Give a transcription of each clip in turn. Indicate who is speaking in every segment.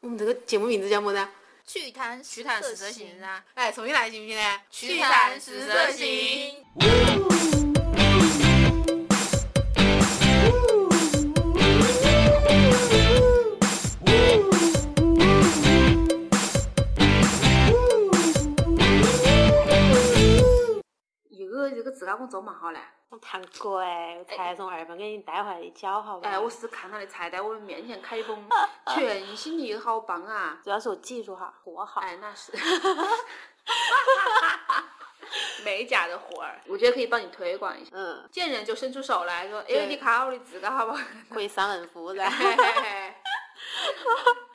Speaker 1: 我们这个节目名字叫么子啊？
Speaker 2: 趣谈
Speaker 1: 曲坛十色行啊！哎，重新来行不行呢？
Speaker 2: 曲坛十色行。
Speaker 3: 一个一个自家工做蛮好嘞。
Speaker 1: 我唱歌哎，我才从二本给你带回来教好吧？
Speaker 3: 哎，我是看他的菜在我们面前开 封，全心意好棒啊！
Speaker 1: 主要是我技术好，活好。
Speaker 3: 哎，那是。 美甲的活儿，我觉得可以帮你推广一下。
Speaker 1: 嗯，
Speaker 3: 见人就伸出手来说：“哎，
Speaker 1: 对
Speaker 3: 你看我的自个好不 好。
Speaker 1: 可以上门服务噻？”
Speaker 3: 嘿嘿 嘿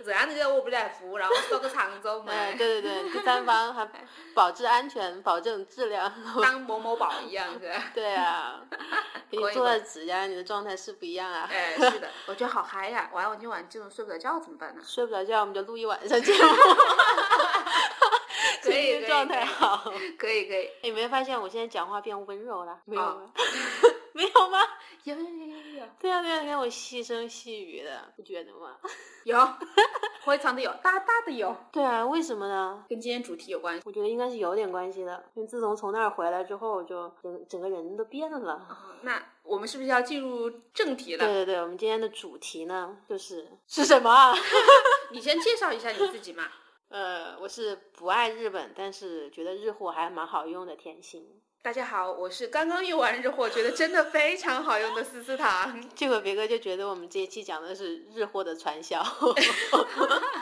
Speaker 3: 这样子的我不来服，然后找个常州
Speaker 1: 哎，
Speaker 3: 门，
Speaker 1: 对对对，第三方还保质安全，保证质 量。
Speaker 3: 当某某宝一样是吧。
Speaker 1: 对啊，给你
Speaker 3: 可以
Speaker 1: 做
Speaker 3: 的
Speaker 1: 了指甲，你的状态是不一样啊。
Speaker 3: 哎，是的，我觉得好嗨呀！完了，我今晚这种睡不着觉怎么办呢？
Speaker 1: 睡不着觉，我们就录一晚上节 目，
Speaker 3: 可以
Speaker 1: 今天状态好。
Speaker 3: 可以可以，
Speaker 1: 你没发现我现在讲话变温柔了？没有
Speaker 3: 哦
Speaker 1: 吗？ 没有吗？
Speaker 3: 有有有有有
Speaker 1: 对啊呀对呀，你看我细声细语的，不觉得吗？
Speaker 3: 有，非常的有，大大的有，
Speaker 1: 对啊，为什么呢？
Speaker 3: 跟今天主题有关系。
Speaker 1: 我觉得应该是有点关系的，因为自从从那儿回来之后，我就整整个人都变 了。
Speaker 3: 那我们是不是要进入正题
Speaker 1: 对
Speaker 3: 了？
Speaker 1: 对对，我们今天的主题呢，就是是什么啊？
Speaker 3: 你先介绍一下你自己 嘛。
Speaker 1: 呃，我是不爱日本，但是觉得日货还蛮好用的甜心。
Speaker 3: 大家好，我是刚刚用完日货，觉得真的非常好用的思思糖。
Speaker 1: 结果别个就觉得我们这一期讲的是日货的传销，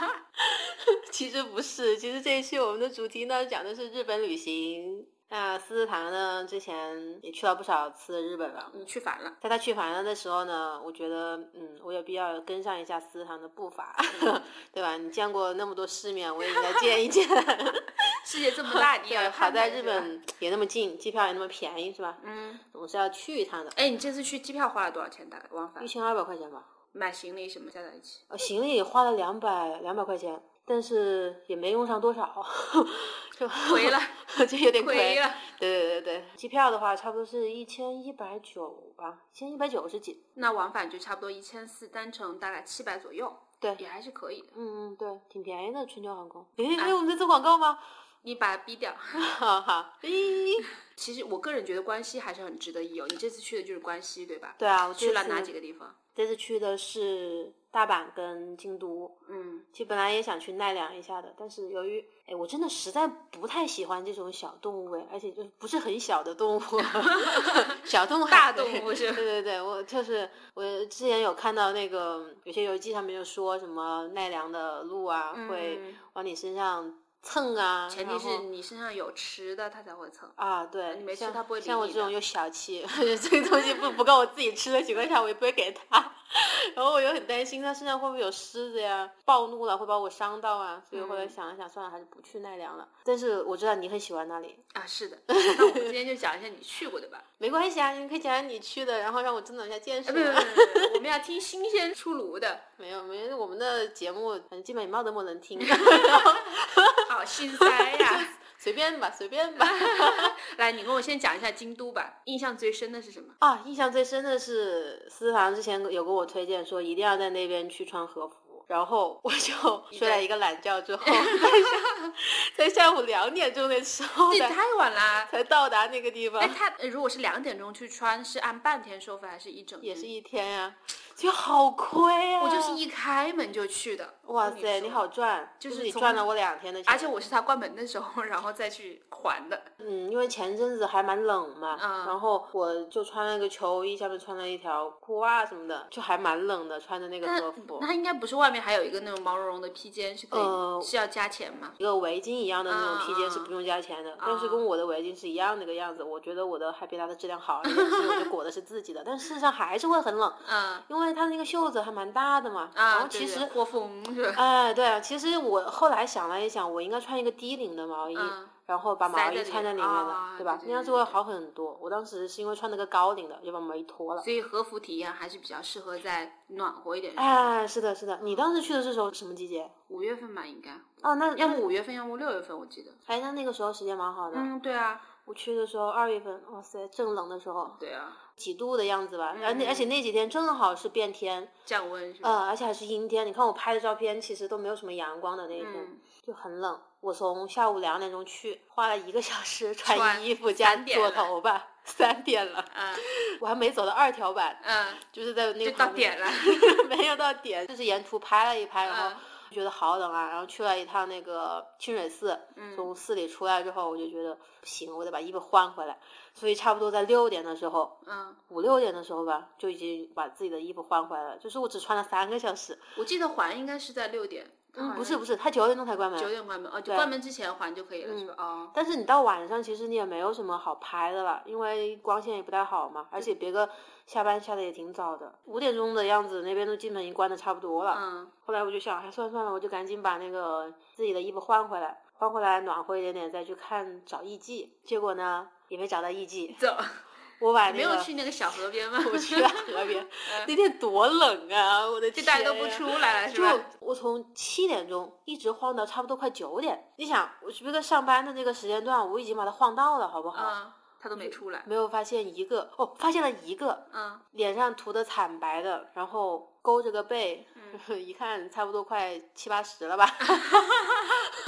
Speaker 1: 其实不是，其实这一期我们的主题呢讲的是日本旅行。那思思堂呢，之前也去了不少次日本了。
Speaker 3: 你去反了，
Speaker 1: 在他去凡了的时候呢，我觉得，嗯，我有必要跟上一下思思堂的步伐，
Speaker 3: 嗯
Speaker 1: 对吧？你见过那么多世面，我也 应该见一见。
Speaker 3: 世界这么 大，你也
Speaker 1: 对，
Speaker 3: 要
Speaker 1: 好
Speaker 3: 看
Speaker 1: 在
Speaker 3: 看
Speaker 1: 日
Speaker 3: 是吧。
Speaker 1: 本也那么近，机票也那么便宜，是吧？
Speaker 3: 嗯，
Speaker 1: 总是要去一趟的，
Speaker 3: 哎，你这次去机票花了多少钱？大概往返
Speaker 1: 一千二百块钱吧。
Speaker 3: 买行李什么加在一起？
Speaker 1: 呃，行李花了两百两百块钱，但是也没用上多少， 就
Speaker 3: 亏 了，
Speaker 1: 就有点亏。
Speaker 3: 亏了。
Speaker 1: 对对对对，机票的话差不多是一千一百九吧，一千一百九十几。
Speaker 3: 那往返就差不多一千四，单程大概七百左右，
Speaker 1: 对
Speaker 3: 也还是可以的。
Speaker 1: 嗯嗯，对，挺便宜的春秋航空。诶，
Speaker 3: 啊
Speaker 1: 诶我们在做广告 吗？
Speaker 3: 你把它逼掉。
Speaker 1: 好好，咦，
Speaker 3: 其实我个人觉得关西还是很值得一游。你这次去的就是关西，对吧？
Speaker 1: 对啊，我这
Speaker 3: 去了
Speaker 1: 次
Speaker 3: 哪几个地方？
Speaker 1: 这次去的是大阪跟京都。
Speaker 3: 嗯，
Speaker 1: 其实本来也想去奈良一下的，但是由于哎，我真的实在不太喜欢这种小动物哎，而且就是不是很小的 动物， 小动物还
Speaker 3: 大
Speaker 1: 可以
Speaker 3: 动物是吧
Speaker 1: 对对对，我就是我之前有看到那个有些游记上面就说什么奈良的鹿啊、会
Speaker 3: 嗯
Speaker 1: 往你身上蹭啊，
Speaker 3: 前提
Speaker 1: 然
Speaker 3: 是
Speaker 1: 后
Speaker 3: 你身上有吃的，它才会蹭。
Speaker 1: 啊，对，
Speaker 3: 你没吃
Speaker 1: 像
Speaker 3: 它不会理
Speaker 1: 像我
Speaker 3: 你
Speaker 1: 这种
Speaker 3: 的
Speaker 1: 又小气， 这个东西不不够我自己吃的情况下，我也不会给它。 然后我又很担心它身上会不会有虱子呀，暴怒了会把我伤到啊，所以后来
Speaker 3: 嗯
Speaker 1: 想了想，算了，还是不去奈良了。但是我知道你很喜欢那里，
Speaker 3: 啊，是的。那我们今天就讲一下你去过的吧。
Speaker 1: 没关系啊，你可以讲讲你去的，然后让我增长一下见识
Speaker 3: 哎， 不不
Speaker 1: 嘛。
Speaker 3: 不 不不，我们要听新鲜出炉 的。
Speaker 1: 没有没有，我们的节目反正基本也没得么人听，
Speaker 3: 好心塞呀！
Speaker 1: 随便吧，随便吧。
Speaker 3: 来，你跟我先讲一下京都吧，印象最深的是什么？
Speaker 1: 啊，印象最深的是思凡之前有给我推荐说一定要在那边去穿和服，然后我就睡了一个懒觉 之后，在下午两点钟的时候
Speaker 3: 这也
Speaker 1: 才
Speaker 3: 太晚啦！
Speaker 1: 才到达那个地方
Speaker 3: 哎，，他呃如果是两点钟去穿，是按半天收费还是一整
Speaker 1: 也
Speaker 3: 天？
Speaker 1: 是一天呀、就好亏啊！
Speaker 3: 嗯我就是一开门就去的。
Speaker 1: 哇
Speaker 3: 跟
Speaker 1: 塞，
Speaker 3: 说
Speaker 1: 你好赚，
Speaker 3: 就
Speaker 1: 就是
Speaker 3: 是
Speaker 1: 你
Speaker 3: 从
Speaker 1: 赚了我两天的钱，
Speaker 3: 而且我是他关门的时候，然后再去还的。
Speaker 1: 嗯，因为前阵子还蛮冷嘛，
Speaker 3: 嗯
Speaker 1: 然后我就穿了个球衣，下面穿了一条裤袜什么的，就还蛮冷的，穿着那个
Speaker 3: 那
Speaker 1: 和服。
Speaker 3: 那应该不是外面还有一个那种毛茸茸的披肩是可以、
Speaker 1: 呃
Speaker 3: 是要加钱吗？
Speaker 1: 一个围巾一样的那种披肩
Speaker 3: 嗯嗯
Speaker 1: 是不用加钱的，但是
Speaker 3: 嗯
Speaker 1: 跟我的围巾是一样那个样子。我觉得我的还比它的质量好一点，所以我就裹的是自己的，但事实上还是会很冷，
Speaker 3: 嗯
Speaker 1: 因为它那个袖子还蛮大的嘛。然
Speaker 3: 啊，
Speaker 1: 后其
Speaker 3: 对对
Speaker 1: 实，
Speaker 3: 国风是吧？
Speaker 1: 哎，对，其实我后来想了一想，我应该穿一个低领的毛衣。
Speaker 3: 嗯
Speaker 1: 然后把毛
Speaker 3: 塞在
Speaker 1: 衣
Speaker 3: 里
Speaker 1: 穿在里
Speaker 3: 面
Speaker 1: 面的，
Speaker 3: 啊
Speaker 1: 对吧？
Speaker 3: 对对
Speaker 1: 那样子
Speaker 3: 对
Speaker 1: 会
Speaker 3: 对
Speaker 1: 好很多。我当时是因为穿了个高领的，就把毛衣脱了。
Speaker 3: 所以和服体验还是比较适合在暖和一点的时候，
Speaker 1: 哎，是的，是的。你当时去的是时候什么季节？
Speaker 3: 五月份吧，应该，
Speaker 1: 哦，那那
Speaker 3: 要么五月份，要么六月份，我记得。
Speaker 1: 哎，那那个时候时间蛮好的。
Speaker 3: 嗯嗯，对啊，
Speaker 1: 我去的时候二月份，哇塞，正冷的时候，
Speaker 3: 对啊，
Speaker 1: 几度的样子吧。然后那
Speaker 3: 嗯
Speaker 1: 而且那几天正好是变天，
Speaker 3: 降温是吧？
Speaker 1: 呃，而且还是阴天。你看我拍的照片，其实都没有什么阳光的那一天，
Speaker 3: 嗯
Speaker 1: 就很冷。我从下午两点钟去，花了一个小时穿
Speaker 3: 穿
Speaker 1: 衣服加
Speaker 3: 三点
Speaker 1: 做
Speaker 3: 了
Speaker 1: 头发， 三点了，
Speaker 3: 嗯
Speaker 1: 我还没走到二条板，
Speaker 3: 嗯，
Speaker 1: 就是在那个
Speaker 3: 就到
Speaker 1: 旁边
Speaker 3: 点了。
Speaker 1: 没 有到点，就是沿途拍了一拍，然后
Speaker 3: 嗯
Speaker 1: 觉得好冷啊，然后去了一趟那个清水寺，
Speaker 3: 嗯
Speaker 1: 从寺里出来之后，我就觉得不行，我得把衣服换回来，所以差不多在六点的时候，
Speaker 3: 嗯，
Speaker 1: 五六点的时候吧，就已经把自己的衣服换回来了，就是我只穿了三个小时，
Speaker 3: 我记得还应该是在六点，
Speaker 1: 嗯，不是不是，他九点钟才关
Speaker 3: 哎九
Speaker 1: 门。
Speaker 3: 点关门哦，就
Speaker 1: 对
Speaker 3: 关门之前还就可以了，
Speaker 1: 嗯
Speaker 3: 是吧？哦，
Speaker 1: 但是你到晚上，其实你也没有什么好拍的了，因为光线也不太好嘛，而且别个下班下的也挺早的，五点钟的样子，那边都基本已经关的差不多了。
Speaker 3: 嗯
Speaker 1: 后来我就想，哎，算了算了，我就赶紧把那个自己的衣服换回来，换回来暖和一点点，再去看找艺妓。结果呢，也没找到艺妓，
Speaker 3: 走，
Speaker 1: 我把
Speaker 3: 没
Speaker 1: 那个
Speaker 3: 有去那个小河边吗？
Speaker 1: 我去了河边，那天多冷啊！我的
Speaker 3: 就
Speaker 1: 天
Speaker 3: 大家都不
Speaker 1: 呀。
Speaker 3: 出来了，是
Speaker 1: 就
Speaker 3: 吧？
Speaker 1: 我从七点钟一直晃到差不多快九点，你想我是不是上班的那个时间段，我已经把它晃到了，好哦不好？
Speaker 3: 嗯，他都没出来。
Speaker 1: 没有发现一个，哦，发现了一个，
Speaker 3: 嗯，
Speaker 1: 脸上涂的惨白的，然后勾着个背，
Speaker 3: 嗯
Speaker 1: 一看差不多快七八十了 吧。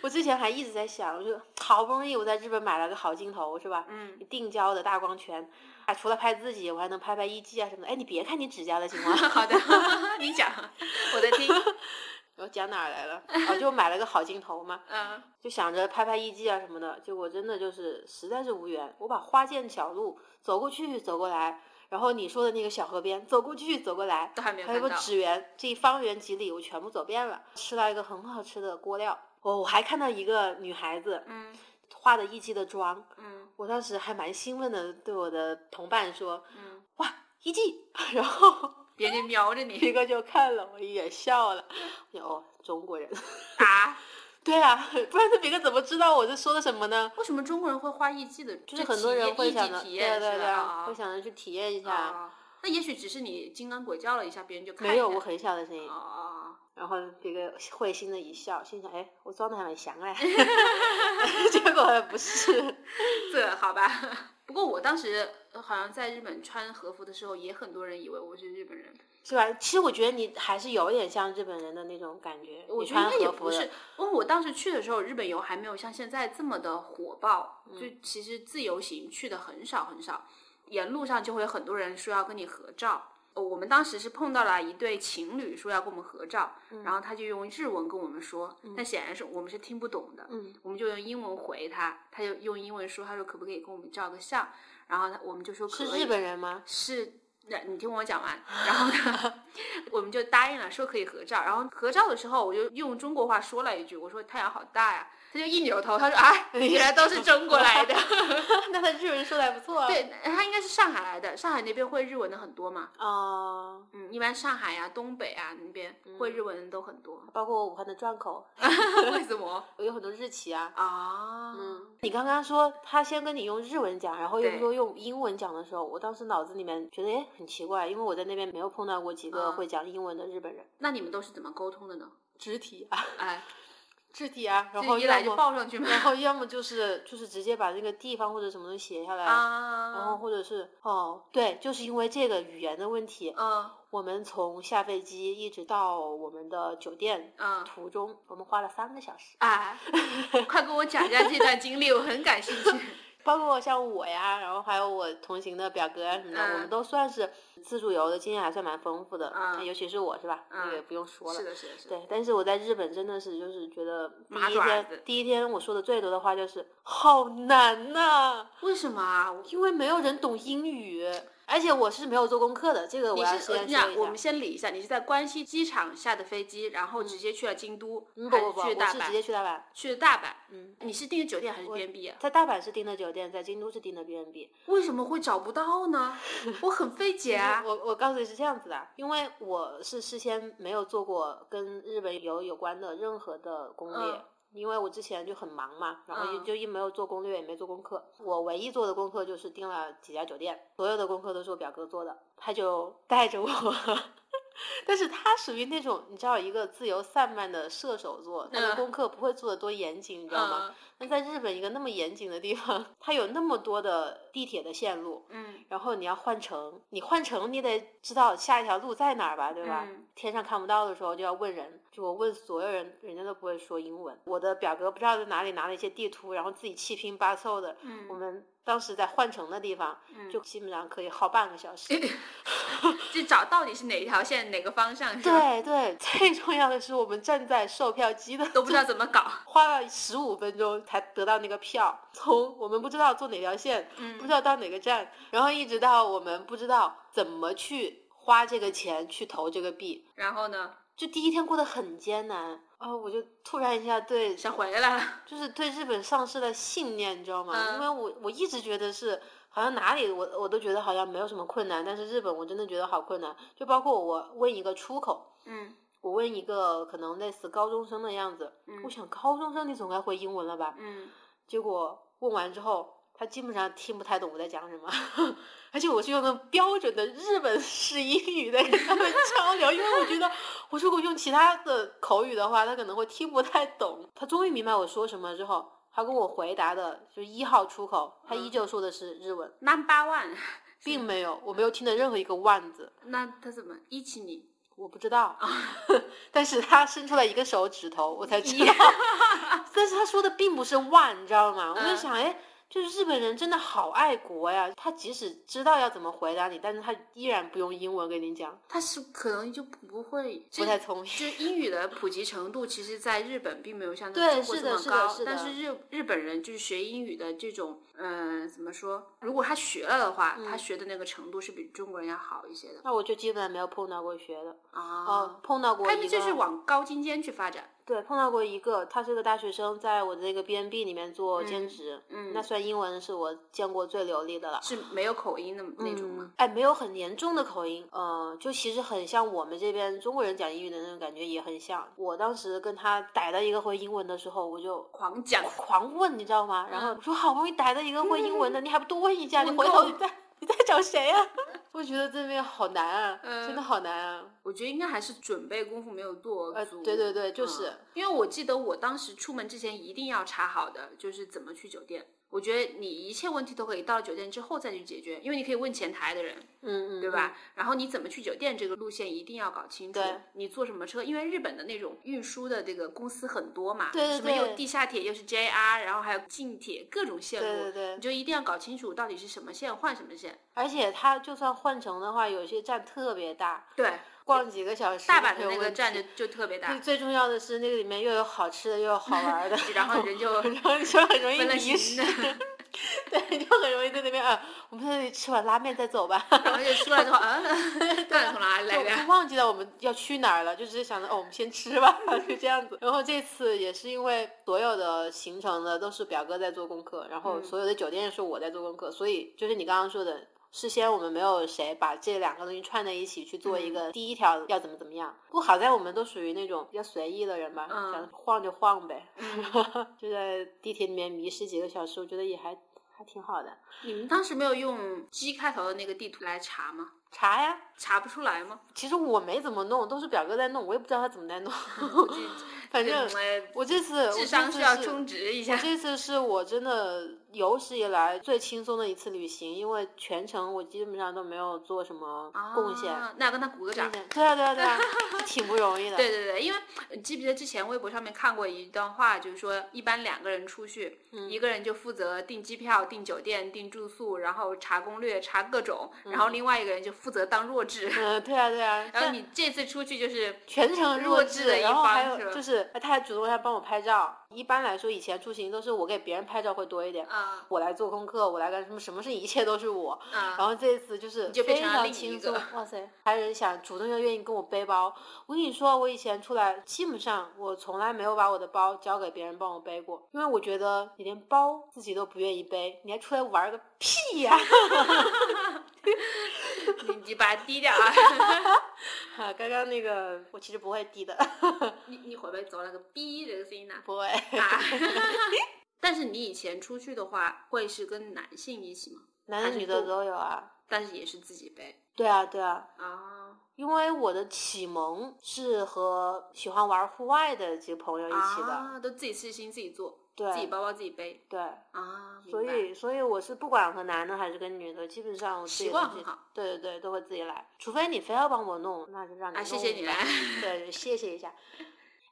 Speaker 1: 我之前还一直在想，我就好不容易我在日本买了个好镜头，是吧？
Speaker 3: 嗯，
Speaker 1: 定焦的大光圈，啊，除了拍自己，我还能拍拍艺妓啊什么的。哎，你别看你指甲了，行吗？
Speaker 3: 好的，你讲，我在听。
Speaker 1: 我讲哪儿来了？啊，就买了个好镜头嘛，
Speaker 3: 嗯，
Speaker 1: 就想着拍拍艺妓啊什么的，结果真的就是实在是无缘。我把花见小路走过去走过来，然后你说的那个小河边走过去走过来，
Speaker 3: 都还没有
Speaker 1: 还有
Speaker 3: 看
Speaker 1: 个
Speaker 3: 到。
Speaker 1: 纸园，这一方圆几里我全部走遍了，吃到一个很好吃的锅料。哦，我还看到一个女孩子
Speaker 3: 嗯
Speaker 1: 化的艺妓的妆，
Speaker 3: 嗯
Speaker 1: 我当时还蛮兴奋的，对我的同伴说
Speaker 3: 嗯，：“
Speaker 1: 哇，艺妓！” 然后
Speaker 3: 别人瞄着
Speaker 1: 一
Speaker 3: 你
Speaker 1: 个就看了我一眼，笑了。 我就哦，中国人。
Speaker 3: 啊？
Speaker 1: 对啊，不然这别个怎么知道我是说的什么呢？
Speaker 3: 为什么中国人会花艺伎的？
Speaker 1: 就是很多人会想着，
Speaker 3: 体
Speaker 1: 对
Speaker 3: 验
Speaker 1: 对对啊，会
Speaker 3: 会
Speaker 1: 想着去体验一下。
Speaker 3: 啊。哦那也许只是你金刚鬼叫了一下，别人就看
Speaker 1: 没有我很小的声音，
Speaker 3: 哦
Speaker 1: 然后别个会心的一笑，心想：哎，我装的还蛮详 哎， 结果不是。
Speaker 3: 这好吧。 不过我当时呃好像在日本穿和服的时候，也很多人以为我是日本人。
Speaker 1: 是吧？其实我觉得你还是有点像日本人的那种感觉，
Speaker 3: 我
Speaker 1: 你
Speaker 3: 觉得应
Speaker 1: 穿
Speaker 3: 该也
Speaker 1: 和服
Speaker 3: 不
Speaker 1: 的
Speaker 3: 是，因为我当时去的时候，日本游还没有像现在这么的火爆，
Speaker 1: 嗯
Speaker 3: 就其实自由行去的很少很少，沿路上就会有很多人说要跟你合照。呃我们当时是碰到了一对情侣说要跟我们合照，
Speaker 1: 嗯
Speaker 3: 然后他就用日文跟我们说，但显然是我们是听不懂的，
Speaker 1: 嗯
Speaker 3: 我们就用英文回他，他就用英文说，他说可不可以跟我们照个相，然后他我们就说可
Speaker 1: 是
Speaker 3: 以，
Speaker 1: 日本人 吗？
Speaker 3: 是，那你听我讲完， 然后呢，我们就答应了，说可以合照。然后合照的时候，我就用中国话说了一句，我说太阳好大呀。他就一扭头，他说哎， 原来都是中国 来的。
Speaker 1: 那他日文说的还不错啊。，
Speaker 3: 对，他应该是上海来的，上海那边会日文的很多嘛。
Speaker 1: 哦、
Speaker 3: 嗯，一般上海呀、东北啊那边会日文的都很多。
Speaker 1: 包括武汉的篆口，
Speaker 3: 为什么
Speaker 1: 有很多日企啊。
Speaker 3: 啊？
Speaker 1: 嗯，你刚刚说他先跟你用日文讲，然后又
Speaker 3: 对
Speaker 1: 说用英文讲的时候，我当时脑子里面觉得哎很奇怪，因为我在那边没有碰到过几个
Speaker 3: 嗯
Speaker 1: 会讲英文的日本人。
Speaker 3: 那你们都是怎么沟通的呢？
Speaker 1: 肢体啊，
Speaker 3: 哎，
Speaker 1: 肢体啊，然
Speaker 3: 就
Speaker 1: 后
Speaker 3: 一来
Speaker 1: 要
Speaker 3: 就
Speaker 1: 么，
Speaker 3: 报上去吗？
Speaker 1: 然后要么就是就是直接把那个地方或者什么东西写下来，
Speaker 3: 啊，
Speaker 1: 然后或者是哦，对，就是因为这个语言的问题，
Speaker 3: 嗯
Speaker 1: 我们从下飞机一直到我们的酒店
Speaker 3: 嗯，
Speaker 1: 途中，我们花了三个小时。
Speaker 3: 啊，快跟我讲一下这段经历，我很感兴趣。
Speaker 1: 包括像我呀，然后还有我同行的表哥啊什么的，我们
Speaker 3: 嗯
Speaker 1: 都算是自助游的经验还算蛮丰富的，
Speaker 3: 嗯
Speaker 1: 尤其是我是吧？这个
Speaker 3: 嗯
Speaker 1: 也不用说了
Speaker 3: 是。的，是的，是的。
Speaker 1: 对，但是我在日本真的是就是觉得第
Speaker 3: 麻
Speaker 1: 一
Speaker 3: 爪
Speaker 1: 天
Speaker 3: 子
Speaker 1: 第一天我说的最多的话就是好难呐、
Speaker 3: 为什么啊？我
Speaker 1: 因为没有人懂英语，而且我是没有做功课的，这个我
Speaker 3: 你
Speaker 1: 要
Speaker 3: 是
Speaker 1: 先
Speaker 3: 我跟你
Speaker 1: 说
Speaker 3: 讲，
Speaker 1: 一
Speaker 3: 啊我
Speaker 1: 下
Speaker 3: 们。先理一下，你是在关西机场下的飞机，然后直接去了京都，
Speaker 1: 嗯不
Speaker 3: 还
Speaker 1: 不
Speaker 3: 是
Speaker 1: 不，
Speaker 3: 去
Speaker 1: 我
Speaker 3: 大
Speaker 1: 是直接
Speaker 3: 阪？
Speaker 1: 去大阪，
Speaker 3: 去大阪。
Speaker 1: 嗯，
Speaker 3: 你是订的酒店还是 B&B 啊？
Speaker 1: 在大阪是订的酒店，在京都是订的 B&B。
Speaker 3: 为什么会找不到呢？我很费解啊。
Speaker 1: 我我告诉你是这样子的，因为我是事先没有做过跟日本游有关的任何的攻略。
Speaker 3: 嗯
Speaker 1: 因为我之前就很忙嘛，然后就
Speaker 3: 嗯
Speaker 1: 就一没有做攻略，也没做功课。我唯一做的功课 就是订了几家酒店，所有的功课都是我表哥做的，他就带着我但是他属于那种你知道一个自由散漫的射手座，他的
Speaker 3: 嗯
Speaker 1: 功课不会做的多严谨，你知道吗？那、在日本一个那么严谨的地方， 它有那么多的地铁的线路，
Speaker 3: 嗯，
Speaker 1: 然后你要换乘，你换乘你得知道下一条路在哪儿吧，对吧？
Speaker 3: 嗯
Speaker 1: 天上看不到的时候就要问人，就我问所有人，人家都不会说英文。我的表哥不知道在哪里拿了一些地图，然后自己七拼八凑的。
Speaker 3: 嗯
Speaker 1: 我们当时在换乘的地方，
Speaker 3: 嗯
Speaker 1: 就基本上可以耗半个小时。
Speaker 3: 就找到底是哪一条线哪个方向，是吧，
Speaker 1: 对对， 最重要的是我们站在售票机的
Speaker 3: 都不知道怎么搞。
Speaker 1: 花了十五分钟才得到那个票，从我们不知道坐哪条线，
Speaker 3: 嗯
Speaker 1: 不知道到哪个站，然后一直到我们不知道怎么去花这个钱去投这个币，
Speaker 3: 然后呢，
Speaker 1: 就第一天过得很艰难。啊、我就突然一下对，
Speaker 3: 想回来了，
Speaker 1: 就是对日本丧失了信念，你知道吗？
Speaker 3: 嗯
Speaker 1: 因为我我一直觉得是，好像哪里我我都觉得好像没有什么困难，但是日本我真的觉得好困难。就包括我问一个出口，
Speaker 3: 嗯
Speaker 1: 我问一个可能类似高中生的样子，
Speaker 3: 嗯
Speaker 1: 我想高中生你总该会英文了吧？
Speaker 3: 嗯，
Speaker 1: 结果问完之后，他基本上听不太懂我在讲什么， 而且我是用那种标准的日本式英语在跟他们交流，因为我觉得我如果用其他的口语的话，他可能会听不太懂。他终于明白我说什么之后，他跟我回答的就是一号出口，他依旧说的是日文，
Speaker 3: Number one，
Speaker 1: 并没有我没有听到任何一个 one 字，
Speaker 3: 那他怎么一起你？
Speaker 1: 我不知道， 但是他伸出来一个手指头，我才知道。 但是他说的并不是 one，你知道吗？我就
Speaker 3: 嗯
Speaker 1: 想，哎，就是日本人真的好爱国呀！他即使知道要怎么回答你，但是他依然不用英文跟你讲，
Speaker 3: 他是可能就不会，
Speaker 1: 不太聪明。
Speaker 3: 就英语的普及程度，其实在日本并没有像
Speaker 1: 对
Speaker 3: 中国
Speaker 1: 是
Speaker 3: 这
Speaker 1: 的
Speaker 3: 么
Speaker 1: 是的
Speaker 3: 高。
Speaker 1: 是的
Speaker 3: 但是日日本人就是学英语的这种，嗯、怎么说？如果他学了的话，
Speaker 1: 嗯
Speaker 3: 他学的那个程度是比中国人要好一些的
Speaker 1: 那我就基本上没有碰到过学的，
Speaker 3: 啊
Speaker 1: 哦，。碰到过
Speaker 3: 他
Speaker 1: 一
Speaker 3: 们
Speaker 1: 个，
Speaker 3: 就是往高精尖去发展。
Speaker 1: 对，碰到过一个，他是个大学生，在我的那个 B N B 里面做兼职，
Speaker 3: 嗯
Speaker 1: 那算英文是我见过最流利的了。
Speaker 3: 是没有口音的那种吗？
Speaker 1: 哎，没有很严重的口音，嗯、就其实很像我们这边中国人讲英语的那种感觉，也很像。我当时跟他逮到一个会英文的时候，我就
Speaker 3: 狂讲，
Speaker 1: 狂问，你知道吗？然后我说好不容易逮到一个会英文的，你还不多问一下？你
Speaker 3: 嗯问
Speaker 1: 回
Speaker 3: 够
Speaker 1: 头你再你再找谁啊？ 我觉得这边好难啊，真
Speaker 3: 嗯
Speaker 1: 的好难啊。
Speaker 3: 我觉得应该还是准备功夫没有做
Speaker 1: 呃
Speaker 3: 足。
Speaker 1: 对对对就是
Speaker 3: 嗯因为我记得我当时出门之前一定要查好的，就是怎么去酒店。我觉得你一切问题都可以到了酒店之后再去解决，因为你可以问前台的人，
Speaker 1: 嗯嗯，
Speaker 3: 对吧？然后你怎么去酒店这个路线一定要搞清楚
Speaker 1: 对。
Speaker 3: 你坐什么车？因为日本的那种运输的这个公司很多嘛，
Speaker 1: 对对
Speaker 3: 什么有
Speaker 1: 对
Speaker 3: 地下铁，又是 JR，然后还有近铁，各种线路，
Speaker 1: 对对对
Speaker 3: 你就一定要搞清楚到底是什么线换什么线。
Speaker 1: 而且他就算换乘的话，有些站特别大，
Speaker 3: 对，
Speaker 1: 逛几个小时。
Speaker 3: 大阪的那个站就。就特别大
Speaker 1: 最，最重要的是，那个里面又有好吃的，又有好玩儿的
Speaker 3: ，然后人就
Speaker 1: 然后你就很容易
Speaker 3: 分了
Speaker 1: 迷
Speaker 3: 心
Speaker 1: 失，
Speaker 3: 的，
Speaker 1: 对，你就很容易在那边啊，我们在那里吃碗拉面再走吧，
Speaker 3: 然后就出来之后，啊，到底从哪里来
Speaker 1: 就
Speaker 3: 的？
Speaker 1: 忘记了我们要去哪儿了，就只是想着哦，我们先吃吧，就这样子。然后这次也是因为所有的行程呢都是表哥在做功课，然后所有的酒店也是我在做功课，所以就是你刚刚说的。事先我们没有谁把这两个东西串在一起去做一个第一条要怎么怎么样，不过好在我们都属于那种比较随意的人吧，
Speaker 3: 嗯
Speaker 1: 想晃就晃呗， 就在地铁里面迷失几个小时，我觉得也还还挺好的。
Speaker 3: 你们当时没有用 G 开头的那个地图来查吗？
Speaker 1: 查呀，
Speaker 3: 查不出来吗？
Speaker 1: 其实我没怎么弄，都是表哥在弄，我也不知道他怎么在弄。反
Speaker 3: 这
Speaker 1: 正
Speaker 3: 种哎
Speaker 1: 我这次
Speaker 3: 智商
Speaker 1: 是
Speaker 3: 是要充值一下
Speaker 1: 我。这次是我真的有史以来最轻松的一次旅行，因为全程我基本上都没有做什么贡献。
Speaker 3: 啊那要跟他鼓个掌。
Speaker 1: 对啊，对啊，对啊，挺不容易的。
Speaker 3: 对对对，因为呃记不记得之前微博上面看过一段话，就是说一般两个人出去，
Speaker 1: 嗯
Speaker 3: 一个人就负责订机票、订酒店、订住宿，然后查攻略、查各种，然后另外一个人就负责当弱智。
Speaker 1: 嗯，对啊，对啊。
Speaker 3: 然后
Speaker 1: 嗯但
Speaker 3: 你这次出去就是
Speaker 1: 全程弱
Speaker 3: 弱智的一
Speaker 1: 然后还
Speaker 3: 方是
Speaker 1: 有
Speaker 3: 吧
Speaker 1: 就是他还主动要帮我拍照。一般来说，以前出行都是我给别人拍照会多一点，
Speaker 3: 啊
Speaker 1: 我来做功课，我来干什么，什么事一切都是我。
Speaker 3: 啊
Speaker 1: 然后这一次就是
Speaker 3: 就变
Speaker 1: 非
Speaker 3: 成了
Speaker 1: 常
Speaker 3: 另
Speaker 1: 轻
Speaker 3: 一个
Speaker 1: 松，哇塞！还有人想主动又愿意跟我背包。我跟你说，我以前出来基本上我从来没有把我的包交给别人帮我背过，因为我觉得你连包自己都不愿意背，你还出来玩个屁呀、
Speaker 3: 你你把它低 调啊！
Speaker 1: 啊！刚刚那个我其实不会低的，
Speaker 3: 你你会不会做那个“逼”这个声音 呢？
Speaker 1: 不会。
Speaker 3: 啊！ 但是你以前出去的话，会是跟男性一起吗？
Speaker 1: 男的
Speaker 3: 还是
Speaker 1: 女的
Speaker 3: 不
Speaker 1: 都有啊，
Speaker 3: 但是也是自己背
Speaker 1: 对啊，对啊，
Speaker 3: 啊。
Speaker 1: 因为我的启蒙是和喜欢玩户外的几个朋友一起的，
Speaker 3: 啊，都自己试新自己做，
Speaker 1: 对
Speaker 3: 自己包包自己背
Speaker 1: 对，
Speaker 3: 啊，明
Speaker 1: 所
Speaker 3: 白
Speaker 1: 以所以我是不管和男的还是跟女的，基本上我自己
Speaker 3: 习惯
Speaker 1: 东西
Speaker 3: 很好，
Speaker 1: 对对对，都会自己来，除非你非要帮我弄，那就让你
Speaker 3: 啊，
Speaker 1: 弄、，
Speaker 3: 谢谢你来，
Speaker 1: 对，谢谢一下。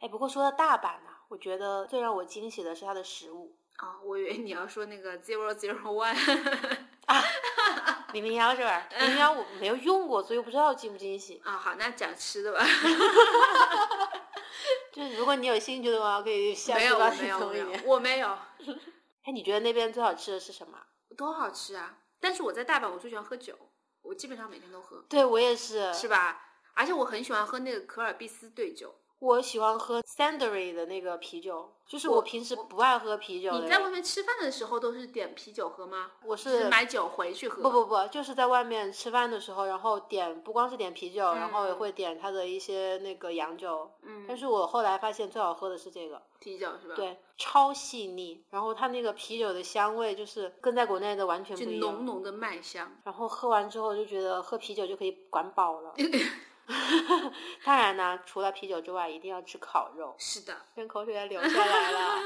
Speaker 1: 哎，不过说到大阪呢、我觉得最让我惊喜的是它的食物。
Speaker 3: 啊，我以为你要说那个 zero zero one
Speaker 1: 零零幺是吧？零零幺我没有用过，所以我不知道惊不惊喜。
Speaker 3: 啊，好，那讲吃的吧，
Speaker 1: 就是如果你有兴趣的话，可以下
Speaker 3: 没
Speaker 1: 次
Speaker 3: 有
Speaker 1: 到
Speaker 3: 我没
Speaker 1: 你
Speaker 3: 有
Speaker 1: 同
Speaker 3: 我
Speaker 1: 里
Speaker 3: 没
Speaker 1: 面。
Speaker 3: 有我没有，
Speaker 1: 哎，你觉得那边最好吃的是什么？
Speaker 3: 多好吃啊！但是我在大阪，我最喜欢喝酒，我基本上每天都喝，
Speaker 1: 对我也是，
Speaker 3: 是吧？而且我很喜欢喝那个可尔必斯兑酒。
Speaker 1: 我喜欢喝 Sandery 的那个啤酒，就是我
Speaker 3: 我
Speaker 1: 平时不爱喝啤酒的人。
Speaker 3: 你在外面吃饭的时候都是点啤酒喝吗？
Speaker 1: 我
Speaker 3: 就是买酒回去喝。
Speaker 1: 不不不，就是在外面吃饭的时候，然后点不光是点啤酒，然后也
Speaker 3: 嗯
Speaker 1: 会点它的一些那个洋酒。
Speaker 3: 嗯，
Speaker 1: 但是我后来发现最好喝的是这个，
Speaker 3: 啤酒是吧？，
Speaker 1: 对，超细腻，然后它那个啤酒的香味就是跟在国内的完全
Speaker 3: 就
Speaker 1: 不一样。
Speaker 3: 浓浓的麦香。
Speaker 1: 然后喝完之后就觉得喝啤酒就可以管饱 了。当然呢，除了啤酒之外，一定要吃烤肉。
Speaker 3: 是的，
Speaker 1: 咽口水也流下来 了。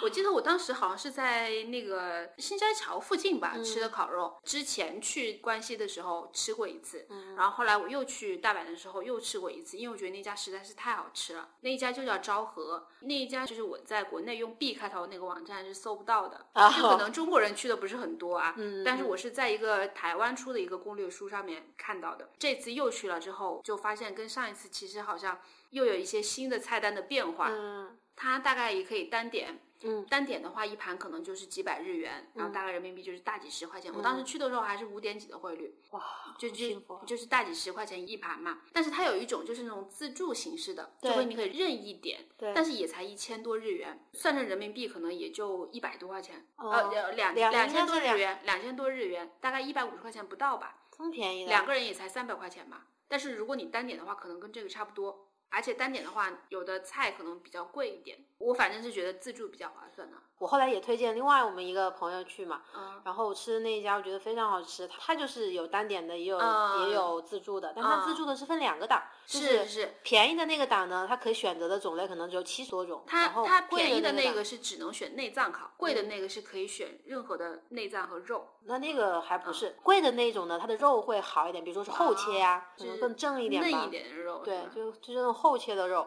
Speaker 3: 我记得我当时好像是在那个新斋桥附近吧、
Speaker 1: 嗯
Speaker 3: 吃的烤肉，之前去关西的时候吃过一次，
Speaker 1: 嗯
Speaker 3: 然后后来我又去大阪的时候又吃过一次，因为我觉得那家实在是太好吃了。那一家就叫昭和，那一家就是我在国内用 B 开头那个网站是搜不到的，
Speaker 1: 啊
Speaker 3: 就可能中国人去的不是很多啊。
Speaker 1: 嗯
Speaker 3: 但是我是在一个台湾出的一个攻略书上面看到的。这次又去了之后，就发现跟上一次其实好像又有一些新的菜单的变化。
Speaker 1: 嗯
Speaker 3: 它大概也可以单点。
Speaker 1: 嗯
Speaker 3: 单点的话，一盘可能就是几百日元，然后大概人民币就是大几十块钱。我当时去的时候还是五点几的汇率，
Speaker 1: 嗯哇，
Speaker 3: 就
Speaker 1: 好
Speaker 3: 就
Speaker 1: 幸福啊
Speaker 3: 就是大几十块钱一盘嘛。但是它有一种就是那种自助形式的，就
Speaker 1: 对
Speaker 3: 会你可以任意点，
Speaker 1: 对
Speaker 3: 但是也才一千多日元，算成人民币可能也就一百多块钱，
Speaker 1: 哦
Speaker 3: 呃呃两
Speaker 1: 两
Speaker 3: 两千
Speaker 1: 应该
Speaker 3: 多
Speaker 1: 是
Speaker 3: 日
Speaker 1: 两
Speaker 3: 元，两千多日元，大概一百五十块钱不到吧，
Speaker 1: 这么便宜的，
Speaker 3: 两个人也才三百块钱吧。但是如果你单点的话，可能跟这个差不多。而且单点的话，有的菜可能比较贵一点。我反正是觉得自助比较划算的。啊
Speaker 1: 我后来也推荐另外我们一个朋友去嘛，
Speaker 3: 嗯，
Speaker 1: 然后我吃的那一家，我觉得非常好吃。它它就是有单点的，也有、
Speaker 3: 嗯
Speaker 1: 也有自助的，但它
Speaker 3: 嗯
Speaker 1: 自助的是分两个档，就是
Speaker 3: 是，
Speaker 1: 便宜的那个档呢，它可以选择的种类可能只有七十多种，
Speaker 3: 它
Speaker 1: 然后
Speaker 3: 它
Speaker 1: 贵
Speaker 3: 便宜的
Speaker 1: 那
Speaker 3: 那
Speaker 1: 档
Speaker 3: 个是只能选内脏烤，贵的那个是可以选任何的内脏和肉。
Speaker 1: 那那个还
Speaker 3: 嗯
Speaker 1: 不是、贵的那种呢，它的肉会好一点，比如说是厚切呀、可
Speaker 3: 啊就
Speaker 1: 能
Speaker 3: 是
Speaker 1: 更正一点吧，
Speaker 3: 嫩一点的肉，
Speaker 1: 对
Speaker 3: 是吧，
Speaker 1: 就就是那种厚切的肉。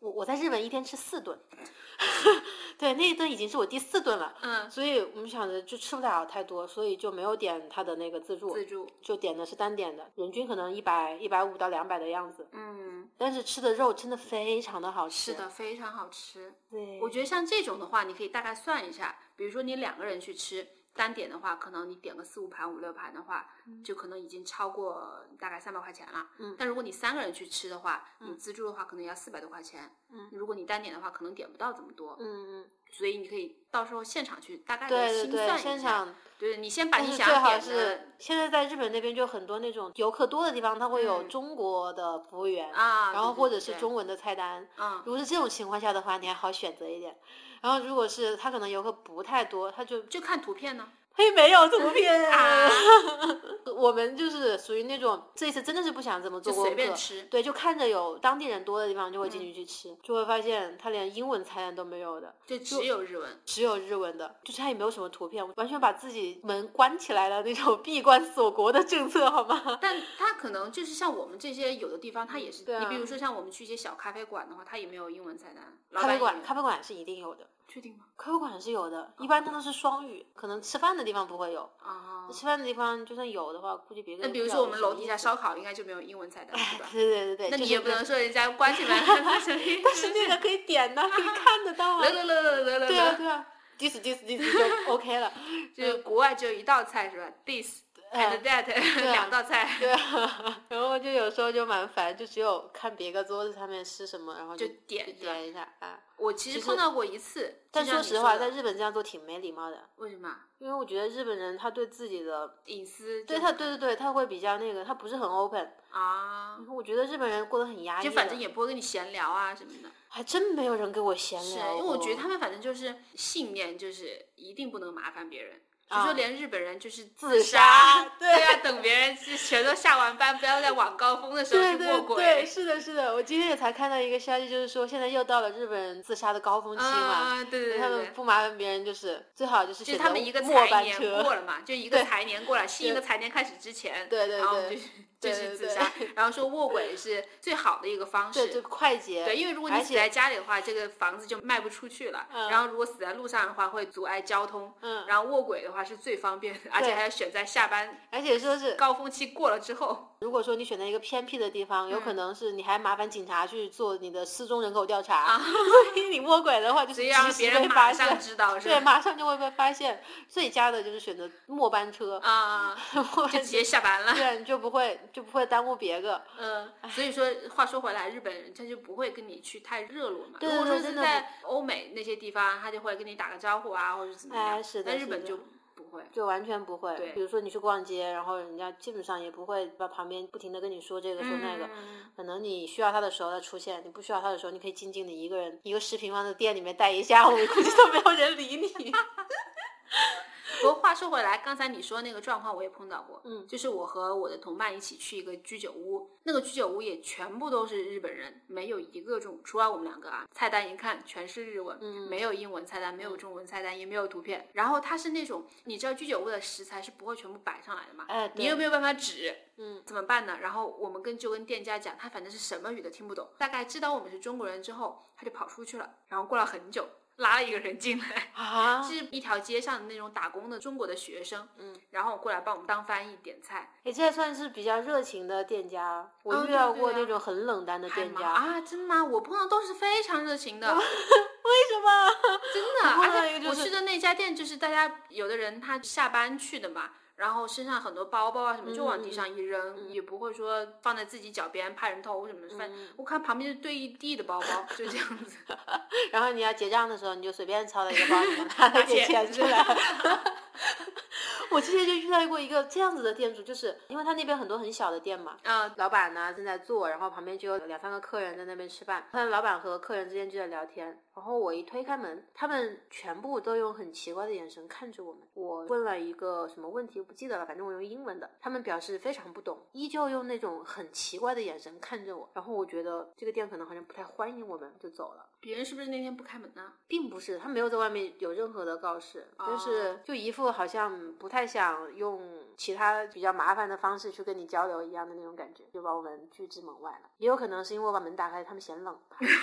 Speaker 1: 我我在日本一天吃四 顿，对，那一顿已经是我第四顿了。
Speaker 3: 嗯，
Speaker 1: 所以我们想着就吃不了太多，所以就没有点它的那个自助，
Speaker 3: 自助，
Speaker 1: 就点的是单点的，人均可能一百一百五到两百的样子。
Speaker 3: 嗯，
Speaker 1: 但是吃的肉真的非常的好吃。
Speaker 3: 是，的，非常好吃。
Speaker 1: 对，
Speaker 3: 我觉得像这种的话，你可以大概算一下，比如说你两个人去吃。单点的话，可能你点个四五盘、五六盘的话，就可能已经超过大概三百块钱了。
Speaker 1: 嗯
Speaker 3: 但如果你三个人去吃的话，你
Speaker 1: 嗯
Speaker 3: 自助的话可能要四百多块钱。
Speaker 1: 嗯，
Speaker 3: 如果你单点的话，可能点不到这么多。
Speaker 1: 嗯嗯，
Speaker 3: 所以你可以到时候现场去大概地
Speaker 1: 对
Speaker 3: 心
Speaker 1: 对对，
Speaker 3: 算
Speaker 1: 现
Speaker 3: 一下。
Speaker 1: 场，
Speaker 3: 对，你先把
Speaker 1: 但
Speaker 3: 你
Speaker 1: 是
Speaker 3: 想
Speaker 1: 最
Speaker 3: 要
Speaker 1: 好
Speaker 3: 点的
Speaker 1: 是现在在日本那边就很多那种游客多的地方，它会有
Speaker 3: 嗯
Speaker 1: 中国的服务员，
Speaker 3: 啊，
Speaker 1: 然后
Speaker 3: 对
Speaker 1: 或
Speaker 3: 对
Speaker 1: 者
Speaker 3: 对
Speaker 1: 是
Speaker 3: 对
Speaker 1: 中文的菜单。
Speaker 3: 嗯
Speaker 1: 如果是这种情况下的话，你还好选择一点。然后如果是他可能游客不太多，他就
Speaker 3: 就看图片呢。
Speaker 1: 嘿没有图片
Speaker 3: 啊，
Speaker 1: 我们就是属于那种这一次真的是不想怎么做
Speaker 3: 就
Speaker 1: 功
Speaker 3: 随便
Speaker 1: 课
Speaker 3: 吃
Speaker 1: 对，就看着有当地人多的地方就会
Speaker 3: 嗯
Speaker 1: 进去去吃，就会发现他连英文菜单都没有的，
Speaker 3: 就只有日文。
Speaker 1: 只有日文的，就是他也没有什么图片，完全把自己门关起来了那种闭关锁国的政策，好吗？
Speaker 3: 但它可能就是像我们这些有的地方，它也是、
Speaker 1: 对啊
Speaker 3: 你比如说像我们去一些小咖啡馆的话，它也没有英文菜单。老
Speaker 1: 咖
Speaker 3: 板
Speaker 1: 啡
Speaker 3: 也
Speaker 1: 馆，
Speaker 3: 没有
Speaker 1: 咖啡馆是一定有的，
Speaker 3: 确定吗？
Speaker 1: 咖啡馆是有的，一般它都是双语，可能吃饭的地方不会有，
Speaker 3: 啊、
Speaker 1: 吃饭的地方就算有的话，估计别个
Speaker 3: 那
Speaker 1: 也
Speaker 3: 比
Speaker 1: 不
Speaker 3: 如
Speaker 1: 知
Speaker 3: 说
Speaker 1: 道
Speaker 3: 我们
Speaker 1: 是什
Speaker 3: 楼
Speaker 1: 么
Speaker 3: 底
Speaker 1: 意
Speaker 3: 下
Speaker 1: 思
Speaker 3: 烧烤应该就没有英文菜单，是吧？
Speaker 1: 对对对 对，
Speaker 3: 那
Speaker 1: 就
Speaker 3: 你
Speaker 1: 是
Speaker 3: 也不能说人家 关起门来发生音。
Speaker 1: 但是那个可以点呐、 可以看得到啊
Speaker 3: 来。来来来来来
Speaker 1: 对 啊
Speaker 3: 来，
Speaker 1: 对啊，dis dis dis 就 OK 了。
Speaker 3: 就是国外只有一道菜是吧？This
Speaker 1: 哎
Speaker 3: and that
Speaker 1: 啊
Speaker 3: 两道菜，
Speaker 1: 对啊，然后就有时候就蛮烦，就只有看别个桌子上面是什么，然后
Speaker 3: 就
Speaker 1: 就
Speaker 3: 点
Speaker 1: 就
Speaker 3: 对吧
Speaker 1: 点一下啊。
Speaker 3: 我其实
Speaker 1: 其实
Speaker 3: 碰到过一次，
Speaker 1: 但
Speaker 3: 就像
Speaker 1: 说
Speaker 3: 你
Speaker 1: 实话，
Speaker 3: 的
Speaker 1: 在日本这样做挺没礼貌的，
Speaker 3: 为什么
Speaker 1: 因为我觉得日本人他对自己的，
Speaker 3: 隐私
Speaker 1: 对
Speaker 3: 就
Speaker 1: 他，对对对，他会比较那个，他不是很 open。
Speaker 3: 啊，
Speaker 1: 我觉得日本人过得很压抑的，
Speaker 3: 就反正也不会跟你闲聊啊什么的，
Speaker 1: 还真没有人跟我闲
Speaker 3: 是啊
Speaker 1: 聊过，
Speaker 3: 因为我觉得他
Speaker 1: 哦
Speaker 3: 们反正就是信念，就是一定不能麻烦别人，就
Speaker 1: 啊
Speaker 3: 说连日本人就是
Speaker 1: 自
Speaker 3: 杀，
Speaker 1: 对
Speaker 3: 对呀、等别人全都下完班，不要在晚高峰的时候去
Speaker 1: 对
Speaker 3: 卧
Speaker 1: 对
Speaker 3: 轨。
Speaker 1: 对，是的，是的。我今天也才看到一个消息，就是说现在又到了日本人自杀的高峰期嘛，
Speaker 3: 啊，对对
Speaker 1: 他
Speaker 3: 对对
Speaker 1: 们。不麻烦别人，就是最好就是
Speaker 3: 就
Speaker 1: 选
Speaker 3: 他
Speaker 1: 择
Speaker 3: 们一个
Speaker 1: 末
Speaker 3: 财
Speaker 1: 班
Speaker 3: 年
Speaker 1: 车。
Speaker 3: 过了嘛，就一个
Speaker 1: 对
Speaker 3: 财年过了，新一
Speaker 1: 对
Speaker 3: 个财年开始之前，
Speaker 1: 对对
Speaker 3: 然后我们
Speaker 1: 对
Speaker 3: 就
Speaker 1: 对
Speaker 3: 就
Speaker 1: 对
Speaker 3: 是自
Speaker 1: 对
Speaker 3: 杀，然后说卧轨是最好的一个方
Speaker 1: 对，就
Speaker 3: 式。
Speaker 1: 快捷。
Speaker 3: 对，因为如果
Speaker 1: 而
Speaker 3: 你死
Speaker 1: 且
Speaker 3: 在家里的话，这个房子就卖不出去了。
Speaker 1: 嗯
Speaker 3: 然后如果死在路上的话，会阻碍交通。
Speaker 1: 嗯
Speaker 3: 然后卧轨的话是最方便的，而且还要选在下班
Speaker 1: 而且说是，
Speaker 3: 高峰期过了之后。
Speaker 1: 如果说你选在一个偏僻的地方，有
Speaker 3: 嗯
Speaker 1: 可能是你还麻烦警察去做你的失踪人口调查， 所以你卧轨的话 就是
Speaker 3: 直
Speaker 1: 及
Speaker 3: 接让
Speaker 1: 时
Speaker 3: 啊别人
Speaker 1: 被
Speaker 3: 马
Speaker 1: 发
Speaker 3: 上
Speaker 1: 现，
Speaker 3: 知道，是
Speaker 1: 对，
Speaker 3: 吧？
Speaker 1: 马上就会被发现。最佳的就是选择末班车，
Speaker 3: 啊，
Speaker 1: 末
Speaker 3: 就
Speaker 1: 班
Speaker 3: 直
Speaker 1: 车
Speaker 3: 接下班了。
Speaker 1: 对啊，你 就不会就不会耽误别个。
Speaker 3: 嗯，所以说话说回来，日本人他就不会跟你去太热络嘛。
Speaker 1: 对
Speaker 3: 如果
Speaker 1: 对对
Speaker 3: 说是
Speaker 1: 真的
Speaker 3: 在欧美那些地方，他就会跟你打个招呼啊，或者怎么样。
Speaker 1: 哎是的
Speaker 3: 但
Speaker 1: 是
Speaker 3: 日本
Speaker 1: 的
Speaker 3: 就不会。
Speaker 1: 就完全不会
Speaker 3: 对，
Speaker 1: 比如说你去逛街，然后人家基本上也不会把旁边不停的跟你说这个说那个，
Speaker 3: 嗯
Speaker 1: 可能你需要他的时候他出现，你不需要他的时候，你可以静静的一个人一个十平方的店里面待一下午，估计都没有人理 你。
Speaker 3: 不过话说回来，刚才你说那个状况我也碰到过，
Speaker 1: 嗯
Speaker 3: 就是我和我的同伴一起去一个居酒屋，那个居酒屋也全部都是日本人，没有一个中，除了我们两个啊，菜单一看全是日文，
Speaker 1: 嗯
Speaker 3: 没有英文菜单，没有中文菜单，也没有图片。然后它是那种，你知道居酒屋的食材是不会全部摆上来的嘛，
Speaker 1: 哎，
Speaker 3: 你又
Speaker 1: 对
Speaker 3: 没有办法指，
Speaker 1: 嗯
Speaker 3: 怎么办呢？然后我们跟就跟店家讲，他反正是什么语都听不懂，大概知道我们是中国人之后，他就跑出去了。然后过了很久，拉了一个人进来，
Speaker 1: 啊，
Speaker 3: 是一条街上的那种打工的中国的学生，
Speaker 1: 嗯，
Speaker 3: 然后过来帮我们当翻译点菜，
Speaker 1: 你这算是比较热情的店家，我
Speaker 3: 哦
Speaker 1: 遇
Speaker 3: 对
Speaker 1: 到
Speaker 3: 对
Speaker 1: 过
Speaker 3: 啊
Speaker 1: 那种很冷淡的
Speaker 3: 还
Speaker 1: 店
Speaker 3: 蛮
Speaker 1: 家，
Speaker 3: 啊，真的吗？我碰到都是非常热情的，
Speaker 1: 为什么？
Speaker 3: 真的，
Speaker 1: 我碰到
Speaker 3: 而
Speaker 1: 一个
Speaker 3: 且
Speaker 1: 就
Speaker 3: 我
Speaker 1: 是
Speaker 3: 去的那家店就是大家有的人他下班去的嘛。然后身上很多包包啊
Speaker 1: 嗯
Speaker 3: 什么就往地上一扔，也不会说放在自己脚边怕人偷什
Speaker 1: 嗯
Speaker 3: 么的。反正我看旁边就堆一地的包包，就这样 子。
Speaker 1: 然后你要结账的时候，你就随便抄了一个包里面， 拿了给
Speaker 3: 钱
Speaker 1: 钱出来。我之前就遇到过一个这样子的店主，就是因为他那边很多很小的店嘛，
Speaker 3: 啊，
Speaker 1: 老板呢正在做，然后旁边就有两三个客人在那边吃饭，看老板和客人之间就在聊天。然后我一推开门，他们全部都用很奇怪的眼神看着我们。我问了一个什么问题，我不记得了，反正我用英文的，他们表示非常不懂，依旧用那种很奇怪的眼神看着我。然后我觉得这个店可能好像不太欢迎我们，就走了。
Speaker 3: 别人是不是那天不开门呢？
Speaker 1: 并不是，他没有在外面有任何的告示，就
Speaker 3: 哦
Speaker 1: 是就一副好像不太想用其他比较麻烦的方式去跟你交流一样的那种感觉，就把我们拒之门外了。也有可能是因为我把门打开，他们嫌冷。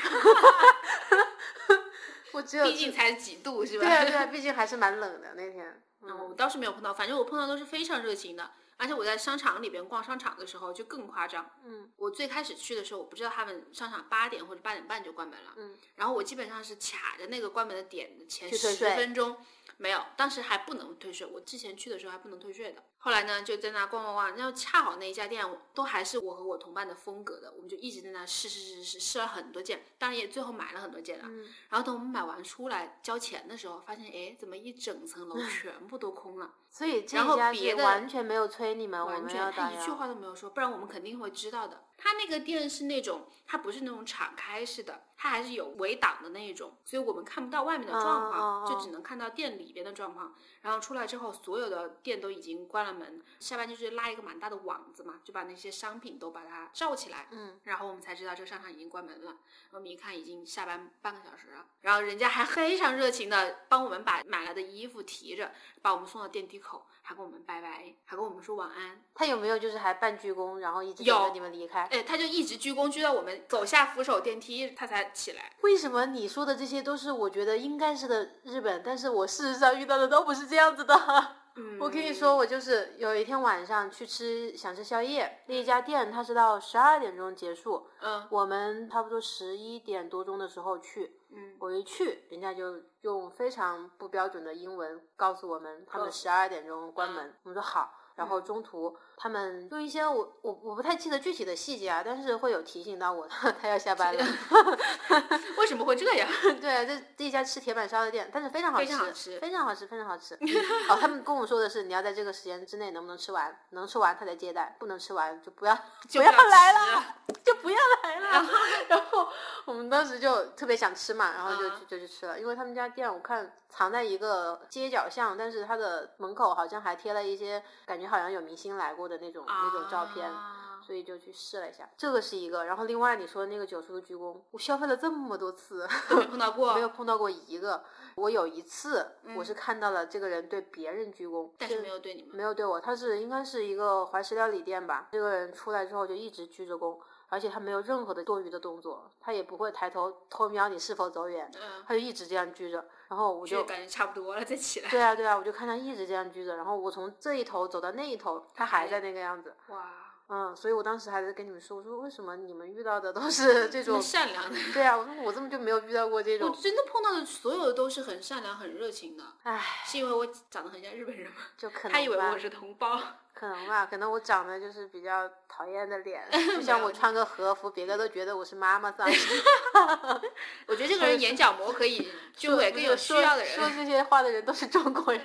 Speaker 1: 我只有
Speaker 3: 毕竟才几度是吧？
Speaker 1: 对啊对啊，毕竟还是蛮冷的那天。
Speaker 3: 嗯，
Speaker 1: 嗯
Speaker 3: 我倒是没有碰到，反正我碰到都是非常热情的。而且我在商场里边逛商场的时候就更夸张。
Speaker 1: 嗯
Speaker 3: 我最开始去的时候，我不知道他们商场八点或者八点半就关门了。
Speaker 1: 嗯，
Speaker 3: 然后我基本上是卡着那个关门的点的前
Speaker 1: 去退
Speaker 3: 十
Speaker 1: 税
Speaker 3: 分钟，没有，当时还不能退税，我之前去的时候还不能退税的。后来呢，就在那逛逛逛，然后恰好那一家店都还是我和我同伴的风格的，我们就一直在那试试试试试了很多件，当然也最后买了很多件了。
Speaker 1: 嗯，
Speaker 3: 然后等我们买完出来交钱的时候，发现哎，怎么一整层
Speaker 1: 嗯
Speaker 3: 楼全部都空了？
Speaker 1: 所以这
Speaker 3: 然后
Speaker 1: 家
Speaker 3: 别
Speaker 1: 是
Speaker 3: 的
Speaker 1: 完全没有催你们，我
Speaker 3: 完
Speaker 1: 们
Speaker 3: 全
Speaker 1: 要
Speaker 3: 他
Speaker 1: 打
Speaker 3: 一句
Speaker 1: 烊。
Speaker 3: 话都没有说，不然我们肯定会知道的。他那个店是那种，它不是那种敞开式的，它还是有围挡的那一种，所以我们看不到外面的状
Speaker 1: 哦
Speaker 3: 况，
Speaker 1: 哦哦
Speaker 3: 就只能看到店里边的状况。然后出来之后，所有的店都已经关了门，下班就是拉一个蛮大的网子嘛，就把那些商品都把它罩起来。
Speaker 1: 嗯，
Speaker 3: 然后我们才知道这个商场已经关门了。我们一看已经下班半个小时了，然后人家还非常热情的帮我们把买来的衣服提着，把我们送到电梯口，还跟我们拜拜，还跟我们说晚安。
Speaker 1: 他有没有就是还半鞠躬，然后一直
Speaker 3: 有
Speaker 1: 等着你们离开？
Speaker 3: 哎，他就一直鞠躬，鞠到我们走下扶手电梯，他才起来。
Speaker 1: 为什么你说的这些都是我觉得应该是的日本，但是我事实上遇到的都不是这样子的？
Speaker 3: 嗯
Speaker 1: 我跟你说，，我就是有一天晚上去吃想吃宵夜，那一家店它是到十二点钟结束，
Speaker 3: 嗯
Speaker 1: 我们差不多十一点多钟的时候去，
Speaker 3: 嗯，
Speaker 1: 我一去，人家就用非常不标准的英文告诉我们他们
Speaker 3: 告
Speaker 1: 十二点钟关门，我们说好。然后中途他们用一些我我我不太记得具体的细节啊，但是会有提醒到我 他要下班了。
Speaker 3: 为什么会这样？
Speaker 1: 对，啊这这一家吃铁板烧的店，但是非常好
Speaker 3: 非
Speaker 1: 吃，
Speaker 3: 常好吃
Speaker 1: 非常好吃，非常好 吃哦，他们跟我说的是，你要在这个时间之内能不能吃完，能吃完他才接待，不能吃完就不要
Speaker 3: 就
Speaker 1: 不要
Speaker 3: 不要
Speaker 1: 来
Speaker 3: 吃
Speaker 1: 了，就不要来了。然后我们当时就特别想吃嘛，然后就
Speaker 3: 啊
Speaker 1: 去就去吃了，因为他们家店我看藏在一个街角巷，但是它的门口好像还贴了一些感觉面好像有明星来过的那种、那种照片，
Speaker 3: 啊
Speaker 1: 所以就去试了一下，这个是一个。然后另外你说的那个九十度鞠躬，我消费了这么多次，
Speaker 3: 都没碰到过，
Speaker 1: 没有碰到过一个。我有一次，我是看到了这个人对别人鞠躬，
Speaker 3: 嗯但
Speaker 1: 就是
Speaker 3: 没有对你们
Speaker 1: 没有对我，他是应该是一个怀石料理店吧。这个人出来之后就一直鞠着躬，而且他没有任何的多余的动作，他也不会抬头偷瞄你是否走远，
Speaker 3: 嗯
Speaker 1: 他就一直这样鞠着。然后我
Speaker 3: 就
Speaker 1: 就
Speaker 3: 感觉差不多了，再起来。
Speaker 1: 对啊对啊，我就看他一直这样鞠着，然后我从这一头走到那一头，他还在那个样子。
Speaker 3: 哇，
Speaker 1: 嗯，所以我当时还在跟你们说，我说为什么你们遇到的都是这
Speaker 3: 这 么
Speaker 1: 种？
Speaker 3: 善良的，
Speaker 1: 对啊，我说我怎么就没有遇到过这
Speaker 3: 我
Speaker 1: 种？
Speaker 3: 真的碰到的所有的都是很善良、很热情的。
Speaker 1: 唉，
Speaker 3: 是因为我长得很像日本人吗？
Speaker 1: 就可能
Speaker 3: 他以为
Speaker 1: 吧
Speaker 3: 我是同胞，
Speaker 1: 可能吧，嗯可能我长得就是比较讨厌的 脸，就像我穿个和服，别个都觉得我是妈妈桑。
Speaker 3: 我觉得这个人眼角膜可 以捐给更有需要的
Speaker 1: 说
Speaker 3: 人，
Speaker 1: 这些话的人都是中国人，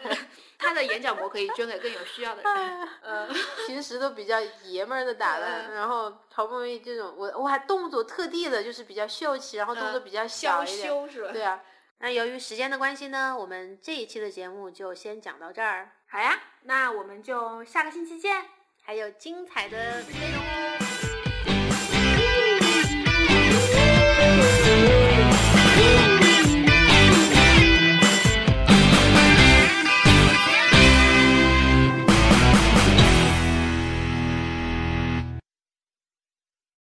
Speaker 3: 他的眼角膜可以捐给更有需要 的人。呃，
Speaker 1: 平时都比较爷们儿的打
Speaker 3: 嗯
Speaker 1: 扮，然后好不容易这种，我我还动作特地的，就是比较秀气，然后动作
Speaker 3: 嗯
Speaker 1: 比较小
Speaker 3: 娇
Speaker 1: 一点，
Speaker 3: 羞是吧？
Speaker 1: 对啊。那由于时间的关系呢，我们这一期的节目就先讲到这儿，
Speaker 3: 好呀，那我们就下个星期见。
Speaker 1: 还有精彩的内容哦。